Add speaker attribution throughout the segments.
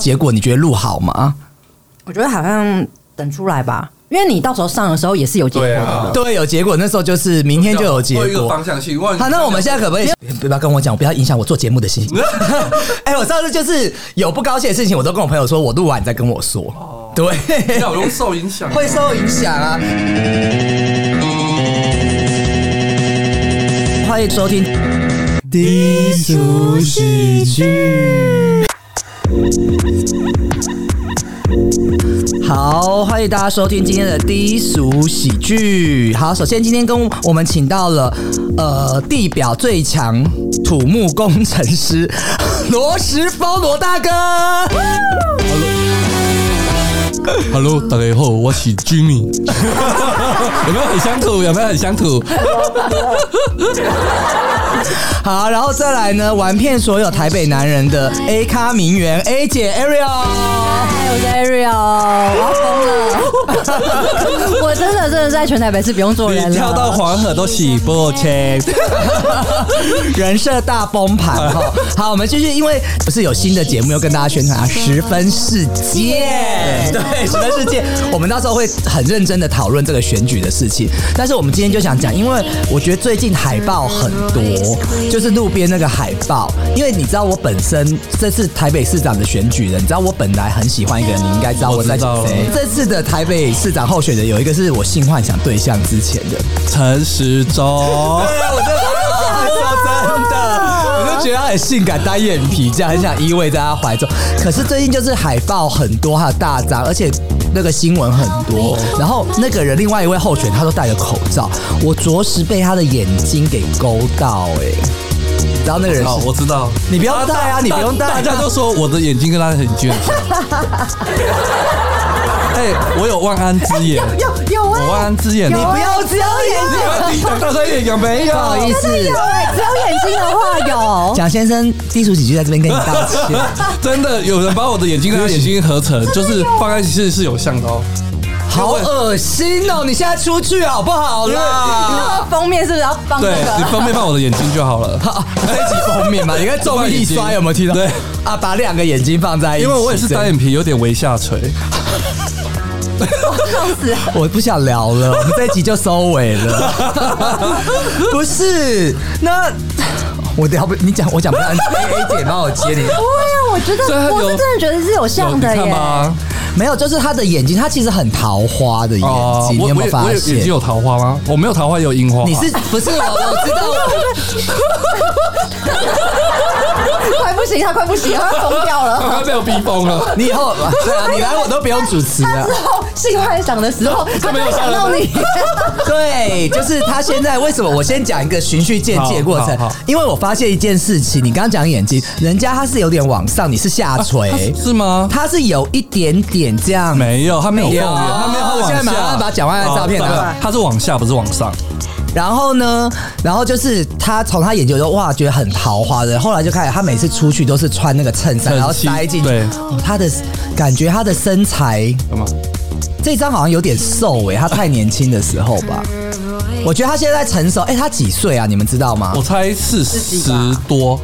Speaker 1: 结果你觉得录好吗？
Speaker 2: 我觉得好像等出来吧，因为你到时候上的时候也是有结果
Speaker 3: 对
Speaker 2: 的。
Speaker 3: 啊，
Speaker 1: 对，有结果，那时候就是明天就有结
Speaker 3: 会一个
Speaker 1: 果。
Speaker 3: 方向性。哇
Speaker 1: 好，那我们现在可不可以不要跟我讲，不要影响我做节目的 心情？哎、我上次就是有不高兴的事情，我都跟我朋友说，我录完你再跟我说。
Speaker 3: 哦
Speaker 1: 对，
Speaker 3: 要容易受影响，
Speaker 1: 会受影响啊。欢迎收听低俗喜剧。好，欢迎大家收听今天的低俗喜剧。好，首先今天跟我们请到了呃地表最强土木工程师罗时峰罗大哥。
Speaker 4: Hello，大家好，我是 Jimmy。有没有很乡土？有没有很乡 土？
Speaker 1: 好，然后再来呢，玩遍所有台北男人的 A 咖名媛 A 姐 Ariel。
Speaker 2: 嗨，我是 Ariel，我要疯了！我 真的真的在全台北市不用做人了。
Speaker 4: 你跳到黄河都洗不清。
Speaker 1: 人设大崩盘哈。好，我们继续，因为不是有新的节目要跟大家宣传啊，《十分世界》对，《十分世界》，我们到时候会很认真的讨论这个选举的事情。但是我们今天就想讲，因为我觉得最近海报很多，就是路边那个海报。因为你知道，我本身这次台北市长的选举人，你知道我本来很喜欢一个人，你应该知道我在讲
Speaker 4: 我知道
Speaker 1: 谁
Speaker 4: 了。
Speaker 1: 这次的台北市长候选人有一个是我性幻想对象之前的，
Speaker 4: 陈 时中，
Speaker 1: 我啊真的说真的，我就觉得他很性感，单眼皮这样，很想依偎在他怀中。可是最近就是海报很多，还有大张，而且。那个新闻很多，然后那个人另外一位候选人，他都戴着口罩，我着实被他的眼睛给勾到哎、然后那个人
Speaker 4: 好，
Speaker 1: 是，
Speaker 4: 我知道。
Speaker 1: 你不用戴啊，你不用戴啊、
Speaker 4: 大家都说我的眼睛跟他很 近。哎，我有万安之 眼，
Speaker 2: 有有
Speaker 4: 我万
Speaker 2: 啊，
Speaker 4: 安之眼。
Speaker 1: 你不要这样，
Speaker 4: 你大声一点有没
Speaker 1: 不好
Speaker 4: 有？
Speaker 1: 意思，
Speaker 2: 只有眼睛的话有。
Speaker 1: 蒋先生低俗喜剧在这边跟你道 歉。
Speaker 4: 真的有人把我的眼睛跟他眼睛合 成，就是放在一起是是有像的哦。
Speaker 1: 好恶心哦！你现在出去好不好啦？
Speaker 2: 封面是不是要放这
Speaker 4: 对，你
Speaker 2: 个？
Speaker 4: 方便放我的眼睛 就好了。
Speaker 1: 好，这一集封面嘛，你看重力摔有没有听到？
Speaker 4: 对
Speaker 1: 啊，把两个眼睛放在一起，
Speaker 4: 因为我也是单眼皮，有点微下垂。
Speaker 1: 这我不想聊了，我们这一集就收尾 了。不是，那我聊不，你讲我讲不完，A 姐帮我接你
Speaker 2: 不。会啊，我觉
Speaker 4: 这
Speaker 2: 得
Speaker 4: 很有
Speaker 2: 我是真的觉得是有像的
Speaker 4: 你看
Speaker 2: 耶。
Speaker 4: 吧，
Speaker 1: 没有，就是他的眼睛，他其实很桃花的眼
Speaker 4: 哦，
Speaker 1: 睛，你
Speaker 4: 我
Speaker 1: 有
Speaker 4: 我
Speaker 1: 没有
Speaker 4: 也我
Speaker 1: 发
Speaker 4: 也眼睛
Speaker 1: 现？
Speaker 4: 有桃花吗？我没有桃花，也有樱花。
Speaker 1: 你是 不是我？我知道，
Speaker 2: 快不行，他啊快不行，他要疯掉
Speaker 4: 刚
Speaker 2: 了。
Speaker 4: 刚被我逼疯了。
Speaker 1: 你以后对啊，你来我都不用主持了
Speaker 2: 之。后性幻想的时候，他
Speaker 4: 这
Speaker 2: 就
Speaker 4: 啊没有
Speaker 2: 会想到你。
Speaker 1: 对，就是他现在为什么？我先讲一个循序渐进的过程
Speaker 4: 好好好，
Speaker 1: 因为我发现一件事情，你刚刚讲眼睛，人家他是有点往上，你是下 垂，
Speaker 4: 是吗？
Speaker 1: 他是有一点点这样。
Speaker 4: 没有，他没有啊凤眼，他没有，他往
Speaker 1: 现在马上
Speaker 4: 下。
Speaker 1: 把蒋万安的照片拿出来
Speaker 4: 哦他是往下，不是往上。
Speaker 1: 然后呢，然后就是他从他眼睛就哇，觉得很桃花的，后来就开始他每次出去都是穿那个衬衫，
Speaker 4: 衬
Speaker 1: 然后
Speaker 4: 衣
Speaker 1: 塞进去
Speaker 4: 对，
Speaker 1: 哦他的感觉他的身材
Speaker 4: 干嘛？
Speaker 1: 这张好像有点瘦哎、他太年轻的时候吧，我觉得他现在成熟，哎、他几岁啊？你们知道吗？
Speaker 4: 我猜四十多，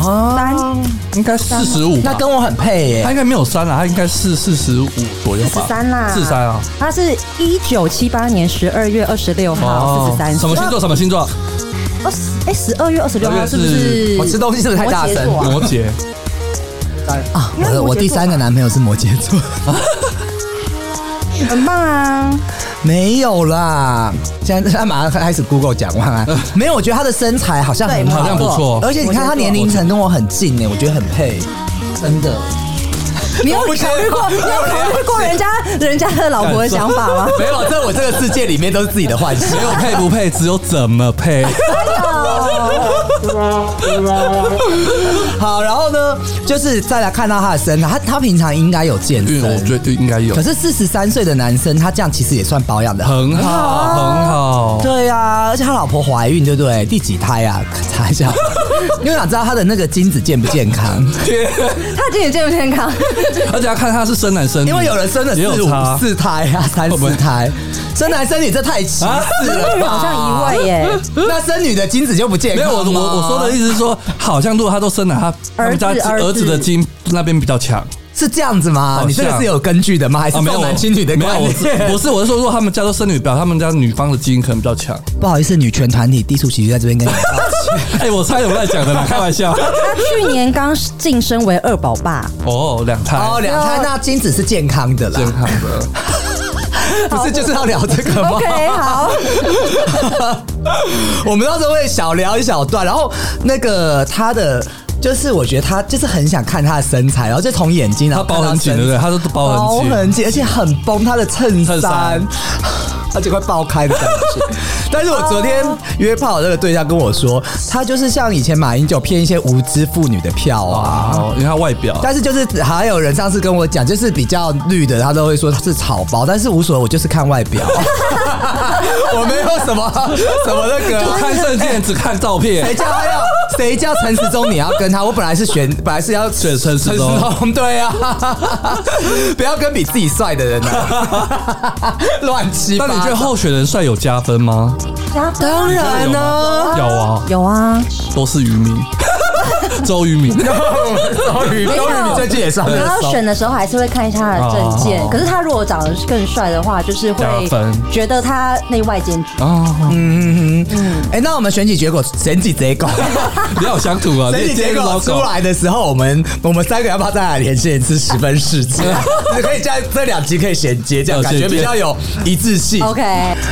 Speaker 1: 啊，
Speaker 4: 应该四十五。
Speaker 1: 那跟我很配欸耶、
Speaker 4: 他应该没有三啊，他应该是四十五左右吧？
Speaker 2: 43啦
Speaker 4: 四三啊。
Speaker 2: 他是一九七八年十二月二十六号，四十三
Speaker 4: 哦什么星座？什么星座？
Speaker 2: 二十哎，十二月二十六号是不是？
Speaker 1: 我吃东西是不是太大声
Speaker 2: 摩羯座啊
Speaker 4: 摩羯。
Speaker 1: 啊？
Speaker 2: 应
Speaker 1: 我
Speaker 2: 该是
Speaker 1: 的
Speaker 2: 摩羯
Speaker 1: 我第
Speaker 2: 座
Speaker 1: 三个男朋友是摩羯座，
Speaker 2: 很棒啊！
Speaker 1: 没有啦。现在他马上开始 Google 讲完 啊，没有，我觉得他的身材好像很
Speaker 2: 对
Speaker 1: 好，
Speaker 4: 好像不错
Speaker 1: 而且你看他年龄层跟我很近欸呢、我觉得很配，真的。
Speaker 2: 你有考虑过，你有考虑过人家人家的老婆的想法 吗？
Speaker 1: 没有，在我这个世界里面都是自己的幻 想
Speaker 4: 没有哎配不配，只有怎么配。
Speaker 2: 哎
Speaker 1: 好，然后呢，就是再来看到他的身材，他他平常应该有健
Speaker 4: 因为我
Speaker 1: 身，
Speaker 4: 觉得应该有
Speaker 1: 可，是四十三岁的男生，他这样其实也算保养的 很。
Speaker 4: 很好，很好。
Speaker 1: 对啊，而且他老婆怀孕，对不对？第几胎啊？查一 下，因为想知道他的那个精子健不健康。
Speaker 2: 他今年健不健康？
Speaker 4: 而且要看他是生男生女，
Speaker 1: 因为有人生了
Speaker 4: 也有
Speaker 1: 四五
Speaker 4: 差
Speaker 1: 四胎 啊，三
Speaker 4: 会不啊
Speaker 1: 四
Speaker 4: 会
Speaker 1: 胎，生男生女这太歧视了吧？
Speaker 2: 好像一位耶，
Speaker 1: 那生女的精子就不健
Speaker 4: 没
Speaker 1: 康
Speaker 4: 有我
Speaker 1: 吗
Speaker 4: 我我说的意思是说，好像如果他都生了，他他们家
Speaker 2: 儿子
Speaker 4: 儿子的基因那边比较强，
Speaker 1: 是这样子吗？
Speaker 4: 好
Speaker 1: 你这个
Speaker 4: 像
Speaker 1: 是有根据的吗？还是
Speaker 4: 啊，没有
Speaker 1: 重男轻女的
Speaker 4: 没有，
Speaker 1: 观
Speaker 4: 我是
Speaker 1: 念？
Speaker 4: 我是我是说，如果他们家都生女表，他们家女方的基因可能比较强。
Speaker 1: 不好意思，女权团体低俗喜剧在这边跟你道 歉。
Speaker 4: 哎、我猜我在讲的啦，开玩 笑。
Speaker 2: 他去年刚晋升为二宝爸，
Speaker 4: 哦，两胎，
Speaker 1: 哦，两胎那精子是健康的啦，
Speaker 4: 健康的。
Speaker 1: 不是就是要聊这个吗
Speaker 2: OK，好，
Speaker 1: 我们到时候会小聊一小段，然后那个他的。就是我觉得他就是很想看他的身材，然后就从眼睛，然
Speaker 4: 他
Speaker 1: 后
Speaker 4: 包很紧，对不对？他都包
Speaker 1: 包
Speaker 4: 很紧。
Speaker 1: 很紧，而且很崩他的衬
Speaker 4: 衬
Speaker 1: 衫
Speaker 4: 衫，
Speaker 1: 而且快爆开的感 觉。但是我昨天约炮的那个对象跟我说，他就是像以前马英九骗一些无知妇女的票啊。
Speaker 4: 哦，因为他外表，
Speaker 1: 但是就是还有人上次跟我讲，就是比较绿的，他都会说他是草包，但是无所谓，我就是看外 表， 我没有什么什么那
Speaker 4: 不
Speaker 1: 个。
Speaker 4: 看证件，只看照
Speaker 1: 谁
Speaker 4: 片。
Speaker 1: 叫他要？谁叫陈时中你要跟他？我本来是选，本来是要
Speaker 4: 选陈时中
Speaker 1: 对 啊，不要跟比自己帅的人 啊，乱七八
Speaker 4: 那
Speaker 1: 糟。
Speaker 4: 你觉得候选人帅有加分吗？
Speaker 1: 当然呢、
Speaker 4: 有啊，
Speaker 2: 有啊，
Speaker 4: 都是渔 民，周渔民。
Speaker 1: 周瑜，周瑜，你最近也上热
Speaker 2: 然后
Speaker 1: 搜。
Speaker 2: 选的时候还是会看一下他的证件
Speaker 4: 哦，
Speaker 2: 可是他如果长得更帅的话，就是会
Speaker 4: 加分
Speaker 2: 觉得他内外兼具。
Speaker 4: 哦，
Speaker 1: 哎、那我们选举结果，选举结 果，
Speaker 4: 你好想土啊！
Speaker 1: 选举
Speaker 4: 你
Speaker 1: 结果出来的时候，我们我们三个要不要再来连线一次 十分世纪？可以这样，这两集可以衔接，这样
Speaker 4: 有
Speaker 1: 感觉
Speaker 4: 哦衔接
Speaker 1: 比较有一致性。
Speaker 2: OK，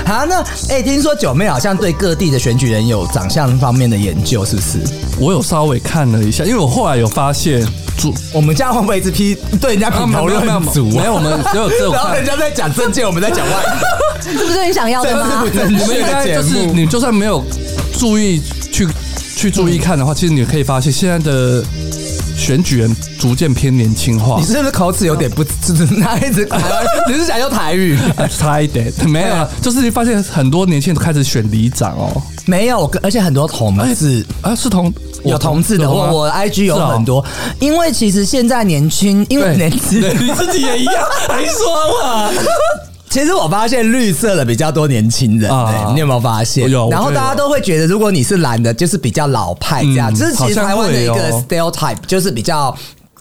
Speaker 1: 好，那哎、听说九妹好像对各地的选举人有长相方面的研究，是不是？
Speaker 4: 我有稍微看了一下，因为我后来有发现，主
Speaker 1: 我们这样会不会一直批对人家评头论足
Speaker 4: 没
Speaker 1: 啊？
Speaker 4: 有，我们只有只有
Speaker 1: 然后人
Speaker 4: 看。
Speaker 1: 家在讲政见，我们在讲外
Speaker 2: 这不是你想要的吗？
Speaker 1: 政
Speaker 4: 我们应该就是你就算没有注意去去注意看
Speaker 1: 嗯
Speaker 4: 的话，其实你可以发现现在的选举人逐渐偏年轻化
Speaker 1: 你。是不是口齿有点不，那一直台湾，你是想用台语？
Speaker 4: 差 一点没有啊，就是你发现很多年轻人开始选里长哦，
Speaker 1: 没有，跟而且很多同志。
Speaker 4: 啊是同
Speaker 1: 有同志的，
Speaker 4: 有吗
Speaker 1: 我我 IG 有
Speaker 4: 是哦
Speaker 1: 很多，因为其实现在年轻，因为
Speaker 4: 对
Speaker 1: 年轻，
Speaker 4: 对你自己也一样，还说我
Speaker 1: 其实我发现绿色的比较多年轻人、
Speaker 4: 啊
Speaker 1: 欸，你有没有发现？
Speaker 4: 有
Speaker 1: 然后
Speaker 4: 我觉得
Speaker 1: 大家都会觉得，如果你是蓝的，就是比较老派这样，
Speaker 4: 嗯
Speaker 1: 这是其实
Speaker 4: 好像
Speaker 1: 台湾的一
Speaker 4: 会
Speaker 1: 个
Speaker 4: 哦
Speaker 1: stereotype，就是比较。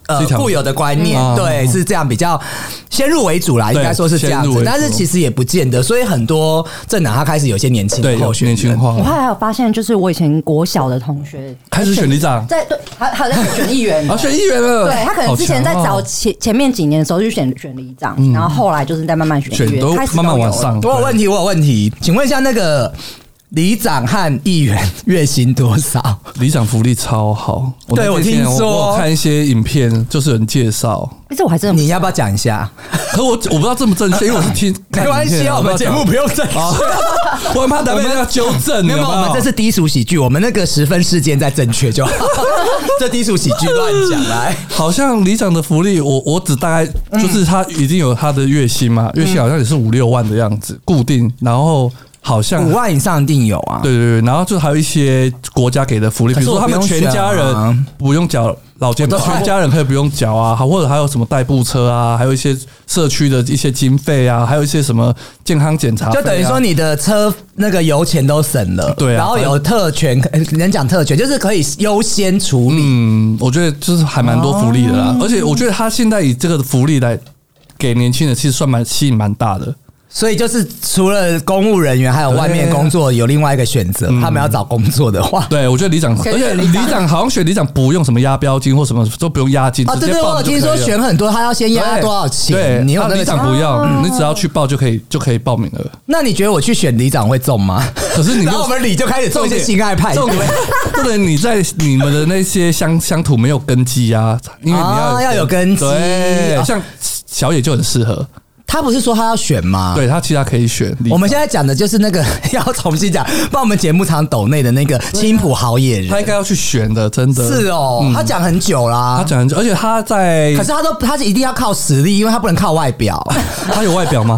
Speaker 1: 呃
Speaker 4: 是，一条
Speaker 1: 固有的观念，
Speaker 4: 嗯
Speaker 1: 对，是这样，比较先入为主啦，应
Speaker 4: 对
Speaker 1: 该说是这样
Speaker 4: 先入
Speaker 1: 子
Speaker 4: 为。主
Speaker 1: 但是其实也不见得，所以很多政党他开始有一些年轻的
Speaker 4: 对
Speaker 1: 候
Speaker 4: 有
Speaker 1: 选人
Speaker 4: 年轻化
Speaker 2: 我后来还有发现，就是我以前国小的同学
Speaker 4: 开始选里长
Speaker 2: 在对，还还有在选议员
Speaker 4: 啊，选议员了，
Speaker 2: 对他可能之前在
Speaker 4: 好强
Speaker 2: 早
Speaker 4: 哦嗯
Speaker 2: 前前面几年的时候就选选了一张，然后后来就是在慢慢选
Speaker 4: 选
Speaker 2: 议员
Speaker 4: 都
Speaker 2: 开始
Speaker 4: 慢慢
Speaker 2: 有
Speaker 4: 往
Speaker 2: 了
Speaker 4: 上，
Speaker 1: 我有问题，我有问题，请问一下那个里长和议员月薪多 少？
Speaker 4: 里长福利超好，
Speaker 1: 对
Speaker 4: 那
Speaker 1: 我
Speaker 4: 天
Speaker 1: 听说
Speaker 4: 我有看一些影片，就是有人介绍，
Speaker 2: 哎这我还真的
Speaker 1: 你要不要讲一下？
Speaker 4: 可我我不知道正不 正确，因为我是听
Speaker 1: 没关系啊，我们节目不用正
Speaker 4: 啊，好我很怕等下要纠正，
Speaker 1: 没有，
Speaker 4: 有
Speaker 1: 我们这是低俗喜剧，我们那个十分事件再正确就 好。这低俗喜剧乱讲来，
Speaker 4: 好像里长的福利，我我只大概
Speaker 1: 嗯
Speaker 4: 就是他已经有他的月薪嘛，月薪好像也是五六万的样子，固定，然后好像
Speaker 1: 五万以上一定有啊。
Speaker 4: 对对对，然后就还有一些国家给的福利，
Speaker 1: 可
Speaker 4: 比
Speaker 1: 是
Speaker 4: 如
Speaker 1: 我
Speaker 4: 说他们全家
Speaker 1: 不用选啊
Speaker 4: 人不用缴老健保，
Speaker 1: 我都
Speaker 4: 全家人可以不用缴啊，好，或者还有什么代步车啊，还有一些社区的一些经费啊，还有一些什么健康检查、啊
Speaker 1: 就等于说。你的车那个油钱都省了，
Speaker 4: 对啊
Speaker 1: 然后有特权，呃能讲特权就是可以优先处理。
Speaker 4: 嗯，我觉得就是还蛮多福利的
Speaker 1: 嗯
Speaker 4: 啦，而且我觉得他现在以这个福利来给年轻人，其实算蛮吸引蛮大的。
Speaker 1: 所以就是除了公务人员，还有外面工作有另外一个选择，他们要找工作的话。
Speaker 4: 对，我觉得里长，
Speaker 2: 可以
Speaker 4: 而且
Speaker 2: 里
Speaker 4: 里
Speaker 2: 长
Speaker 4: 长好像选里长不用什么押标金或什么都不用押金，
Speaker 1: 啊，
Speaker 4: 直
Speaker 1: 对
Speaker 4: 接
Speaker 1: 对，
Speaker 4: 报
Speaker 1: 我有
Speaker 4: 名就
Speaker 1: 听说
Speaker 4: 可以了
Speaker 1: 选很多，他要先压
Speaker 4: 对
Speaker 1: 多少
Speaker 4: 对，
Speaker 1: 钱？你有
Speaker 4: 啊
Speaker 1: 那
Speaker 4: 里
Speaker 1: 个
Speaker 4: 长不要，你只要去报就可以就可以报名了。
Speaker 1: 那你觉得我去选里长会中吗？
Speaker 4: 可是 你
Speaker 1: 然后
Speaker 4: 又
Speaker 1: 我们里就开始做一些性爱派对，
Speaker 4: 欸重点， 重点你在你们的那些乡乡土没有根基啊，因为你要、
Speaker 1: 啊要有根基
Speaker 4: 对
Speaker 1: 啊，
Speaker 4: 像小野就很适合，
Speaker 1: 他不是说他要选吗？
Speaker 4: 对他其他可以选。
Speaker 1: 啊我们现在讲的就是那个 要重新讲，帮我们节目场抖内的那个青浦好野
Speaker 4: 他
Speaker 1: 人
Speaker 4: 应，该要去选的，真的嗯
Speaker 1: 是哦，他讲很久
Speaker 4: 他
Speaker 1: 啦，
Speaker 4: 讲很久，而且他在
Speaker 1: 可是他都他是一定要靠实力，因为他不能靠外 表。
Speaker 4: 他有外 表吗？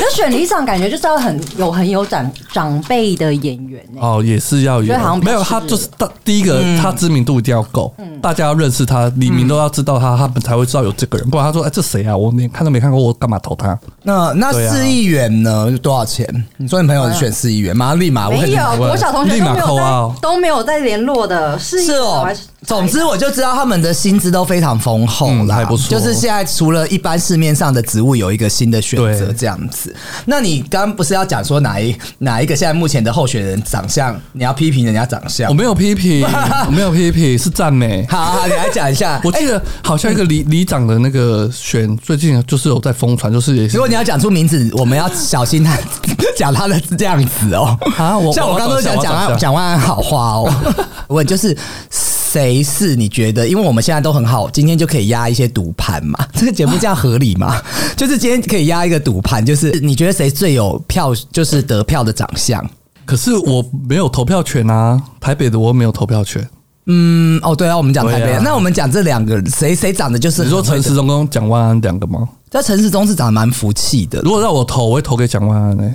Speaker 2: 可是选里长感觉就是要很有很有长长辈的演员哎、
Speaker 4: 哦，也是要
Speaker 2: 觉
Speaker 4: 有
Speaker 2: 得好像，比较
Speaker 4: 没有他
Speaker 2: 适合
Speaker 4: 就是他第一个，
Speaker 1: 嗯
Speaker 4: 他知名度一定要够，大家要认识他，李明都要知道他，他们才会知道有这个人。不然他说哎这谁啊，我连看都没看过，我干嘛投他？
Speaker 1: 那那
Speaker 4: 对啊
Speaker 1: 市议员呢？多少钱？你说你朋友选
Speaker 4: 啊
Speaker 1: 市议员吗？立马我肯
Speaker 2: 没
Speaker 1: 定
Speaker 2: 有，
Speaker 4: 不会
Speaker 2: 国小同学
Speaker 4: 立
Speaker 2: 都
Speaker 4: 马
Speaker 2: 没有
Speaker 4: 扣
Speaker 2: 在、
Speaker 4: 啊
Speaker 2: 都没有在联络的，是
Speaker 1: 是哦
Speaker 2: 我还
Speaker 1: 总之我就知道他们的薪资都非常丰厚啦，
Speaker 4: 嗯还不错
Speaker 1: 就是现在除了一般市面上的职务有一个新的选择这样子。那你刚刚不是要讲说哪一哪一个现在目前的候选人长相，你要批评人家长相
Speaker 4: 我？没有 批评，我没有批评，是赞美。
Speaker 1: 好好，你来讲一下。哎
Speaker 4: 我记得好像一个里里长的那个选，最近就是有在疯传，就是也是
Speaker 1: 如果你要讲出名字，我们要小心他 讲他的这样子哦。
Speaker 4: 啊我
Speaker 1: 像我刚刚讲
Speaker 4: 我
Speaker 1: 讲
Speaker 4: 我
Speaker 1: 安讲万安好话哦。 问就是谁是你觉得？因为我们现在都很好，今天就可以压一些赌盘嘛。 这个节目这样合理吗？ 就是今天可以压一个赌盘，就是你觉得谁最有票，就是得票的长相？
Speaker 4: 可是我没有投票权啊，台北的我没有投票权。
Speaker 1: 嗯，哦，对啊，我们讲台北，
Speaker 4: 对啊
Speaker 1: 那我们讲这两个人，谁谁长得就是
Speaker 4: 你说
Speaker 1: 很会
Speaker 4: 陈时中跟蒋万安两个吗？
Speaker 1: 这陈世忠是长得蛮福气的。
Speaker 4: 如果让我投，我会投给蒋万安诶、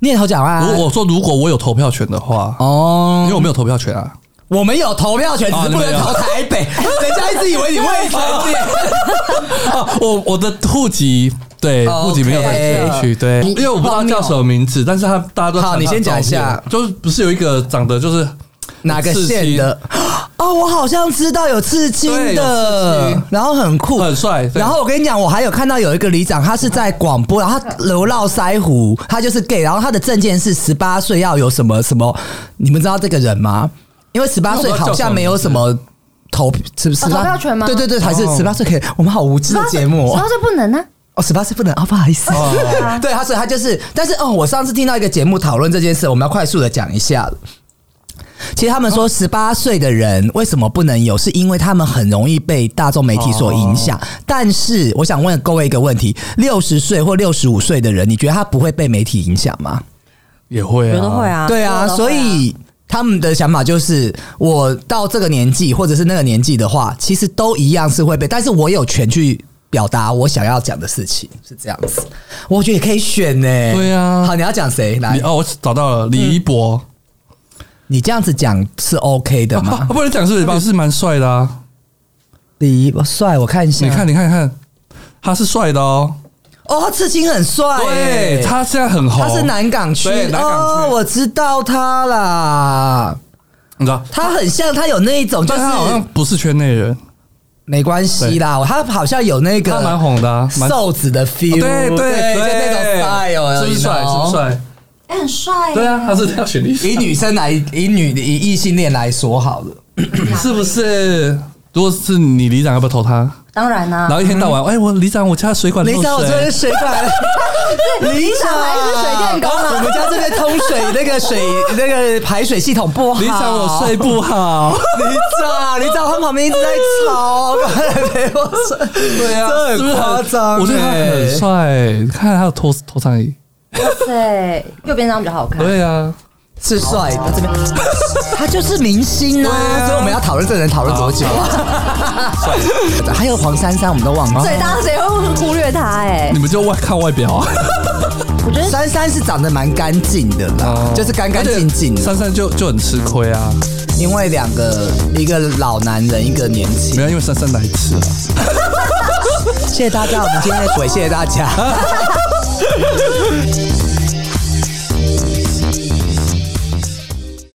Speaker 1: 你也投蒋万安？
Speaker 4: 如果我说如果我有投票权的话，
Speaker 1: 啊哦
Speaker 4: 因为我没有投票权啊，
Speaker 1: 我们有投票权，只
Speaker 4: 啊
Speaker 1: 是不能投台 北。人家一直以为你未成年。
Speaker 4: 啊
Speaker 1: 哦
Speaker 4: 我我的户籍对
Speaker 1: OK
Speaker 4: 户籍没有在这区，对，因为我不知道叫什么名字，但是他大家都
Speaker 1: 好
Speaker 4: 传他的
Speaker 1: 你先讲一下
Speaker 4: 照片，就是不是有一个长得就是
Speaker 1: 哪个县的？哦，我好像知道有刺青
Speaker 4: 对有
Speaker 1: 的
Speaker 4: 刺青，
Speaker 1: 然后很酷，
Speaker 4: 很帅对
Speaker 1: 然后我跟你讲，我还有看到有一个里长，他是在广播，然后他流浪腮胡，他就是 gay，然后他的证件是十八岁要有什么什么，你们知道这个人吗？因为十八岁好像没有什么投是不是
Speaker 2: 哦投票权吗
Speaker 1: 对对对，还是
Speaker 4: 哦
Speaker 1: 十八岁可以？我们好无知的节目、哦。
Speaker 2: 然后这不能呢、
Speaker 1: 哦，十八岁不能啊，不好意思。 对，他所以他就是，但是哦，我上次听到一个节目讨论这件事，我们要快速的讲一下。其实他们说，十八岁的人为什么不能有，是因为他们很容易被大众媒体所影响。但是，我想问各位一个问题：六十岁或六十五岁的人，你觉得他不会被媒体影响吗？
Speaker 4: 也会啊，
Speaker 2: 有的会，啊，
Speaker 1: 对
Speaker 2: 有
Speaker 1: 啊，
Speaker 2: 的会
Speaker 1: 所以他们的想法就是，我到这个年纪或者是那个年纪的话，其实都一样是会被，但是我有权去表达我想要讲的事情，是这样子。我觉得也可以选呢、
Speaker 4: 对啊
Speaker 1: 好，你要讲谁来
Speaker 4: 你？哦，我找到了李一
Speaker 1: 嗯
Speaker 4: 博，
Speaker 1: 你这样子讲是 OK 的
Speaker 4: 啊
Speaker 1: 吗？
Speaker 4: 不能讲是吧？是蛮帅的啊，
Speaker 1: 李仪帅，我看一下，
Speaker 4: 你看，你看，你看，他是帅的哦，
Speaker 1: 哦，他刺青很帅、欸，
Speaker 4: 对他现在很红，
Speaker 1: 他是，南港区，
Speaker 4: 对南港区
Speaker 1: 哦，我知道他啦。
Speaker 4: 你知道，
Speaker 1: 他很像，他有那一种，就
Speaker 4: 但
Speaker 1: 是
Speaker 4: 他好像不是圈内人，
Speaker 1: 没关系啦，他好像有那个
Speaker 4: 他蛮红的啊，蛮
Speaker 1: 瘦子的 feel，
Speaker 4: 对对
Speaker 1: 对，就那种 style，而已
Speaker 4: 是不是帅？
Speaker 1: 哦
Speaker 4: 是不是？帅？
Speaker 2: 哎、很帅耶，
Speaker 4: 对啊，他是要选立
Speaker 1: 以女生来，以女以异性恋来说好了，
Speaker 4: 是不是？如果是你里长，要不要投他？
Speaker 1: 啊
Speaker 2: 当然啊啦、
Speaker 4: 然后一天到晚，哎，我里长，我家水管
Speaker 1: 你
Speaker 4: 漏
Speaker 1: 知嗯道我这
Speaker 4: 水
Speaker 1: 边，水管， 你
Speaker 2: 长还是水电工啊
Speaker 1: 我们家这边通水那个水那个排水系统不好，
Speaker 4: 里长我睡不好，
Speaker 1: 你咋？你咋？他旁边一直在 吵，刚才陪我睡。对啊这
Speaker 4: 是不
Speaker 1: 很
Speaker 4: 是
Speaker 1: 夸张欸、
Speaker 4: 我觉得他很帅，你看他有头头上衣，
Speaker 2: 哇塞，右边那张比较好
Speaker 1: 哎
Speaker 2: 看。
Speaker 4: 对啊，
Speaker 1: 是帅的， 这边他就是明星啊，所以我们要讨论这个人讨论多久啊？ 还有黄珊珊，我们都忘了。
Speaker 2: 最大谁会忽略他、哎
Speaker 4: 你，们就外看外表啊，
Speaker 2: 我觉得
Speaker 1: 珊珊是长得蛮干净的
Speaker 4: 哦
Speaker 1: 啦，就是干干净净的，
Speaker 4: 珊珊就就很吃亏啊，
Speaker 1: 因为两个一个老男人，一个年轻
Speaker 4: 没。有因为珊珊来迟了，
Speaker 1: 谢谢大家，我们今天的鬼，谢谢大家。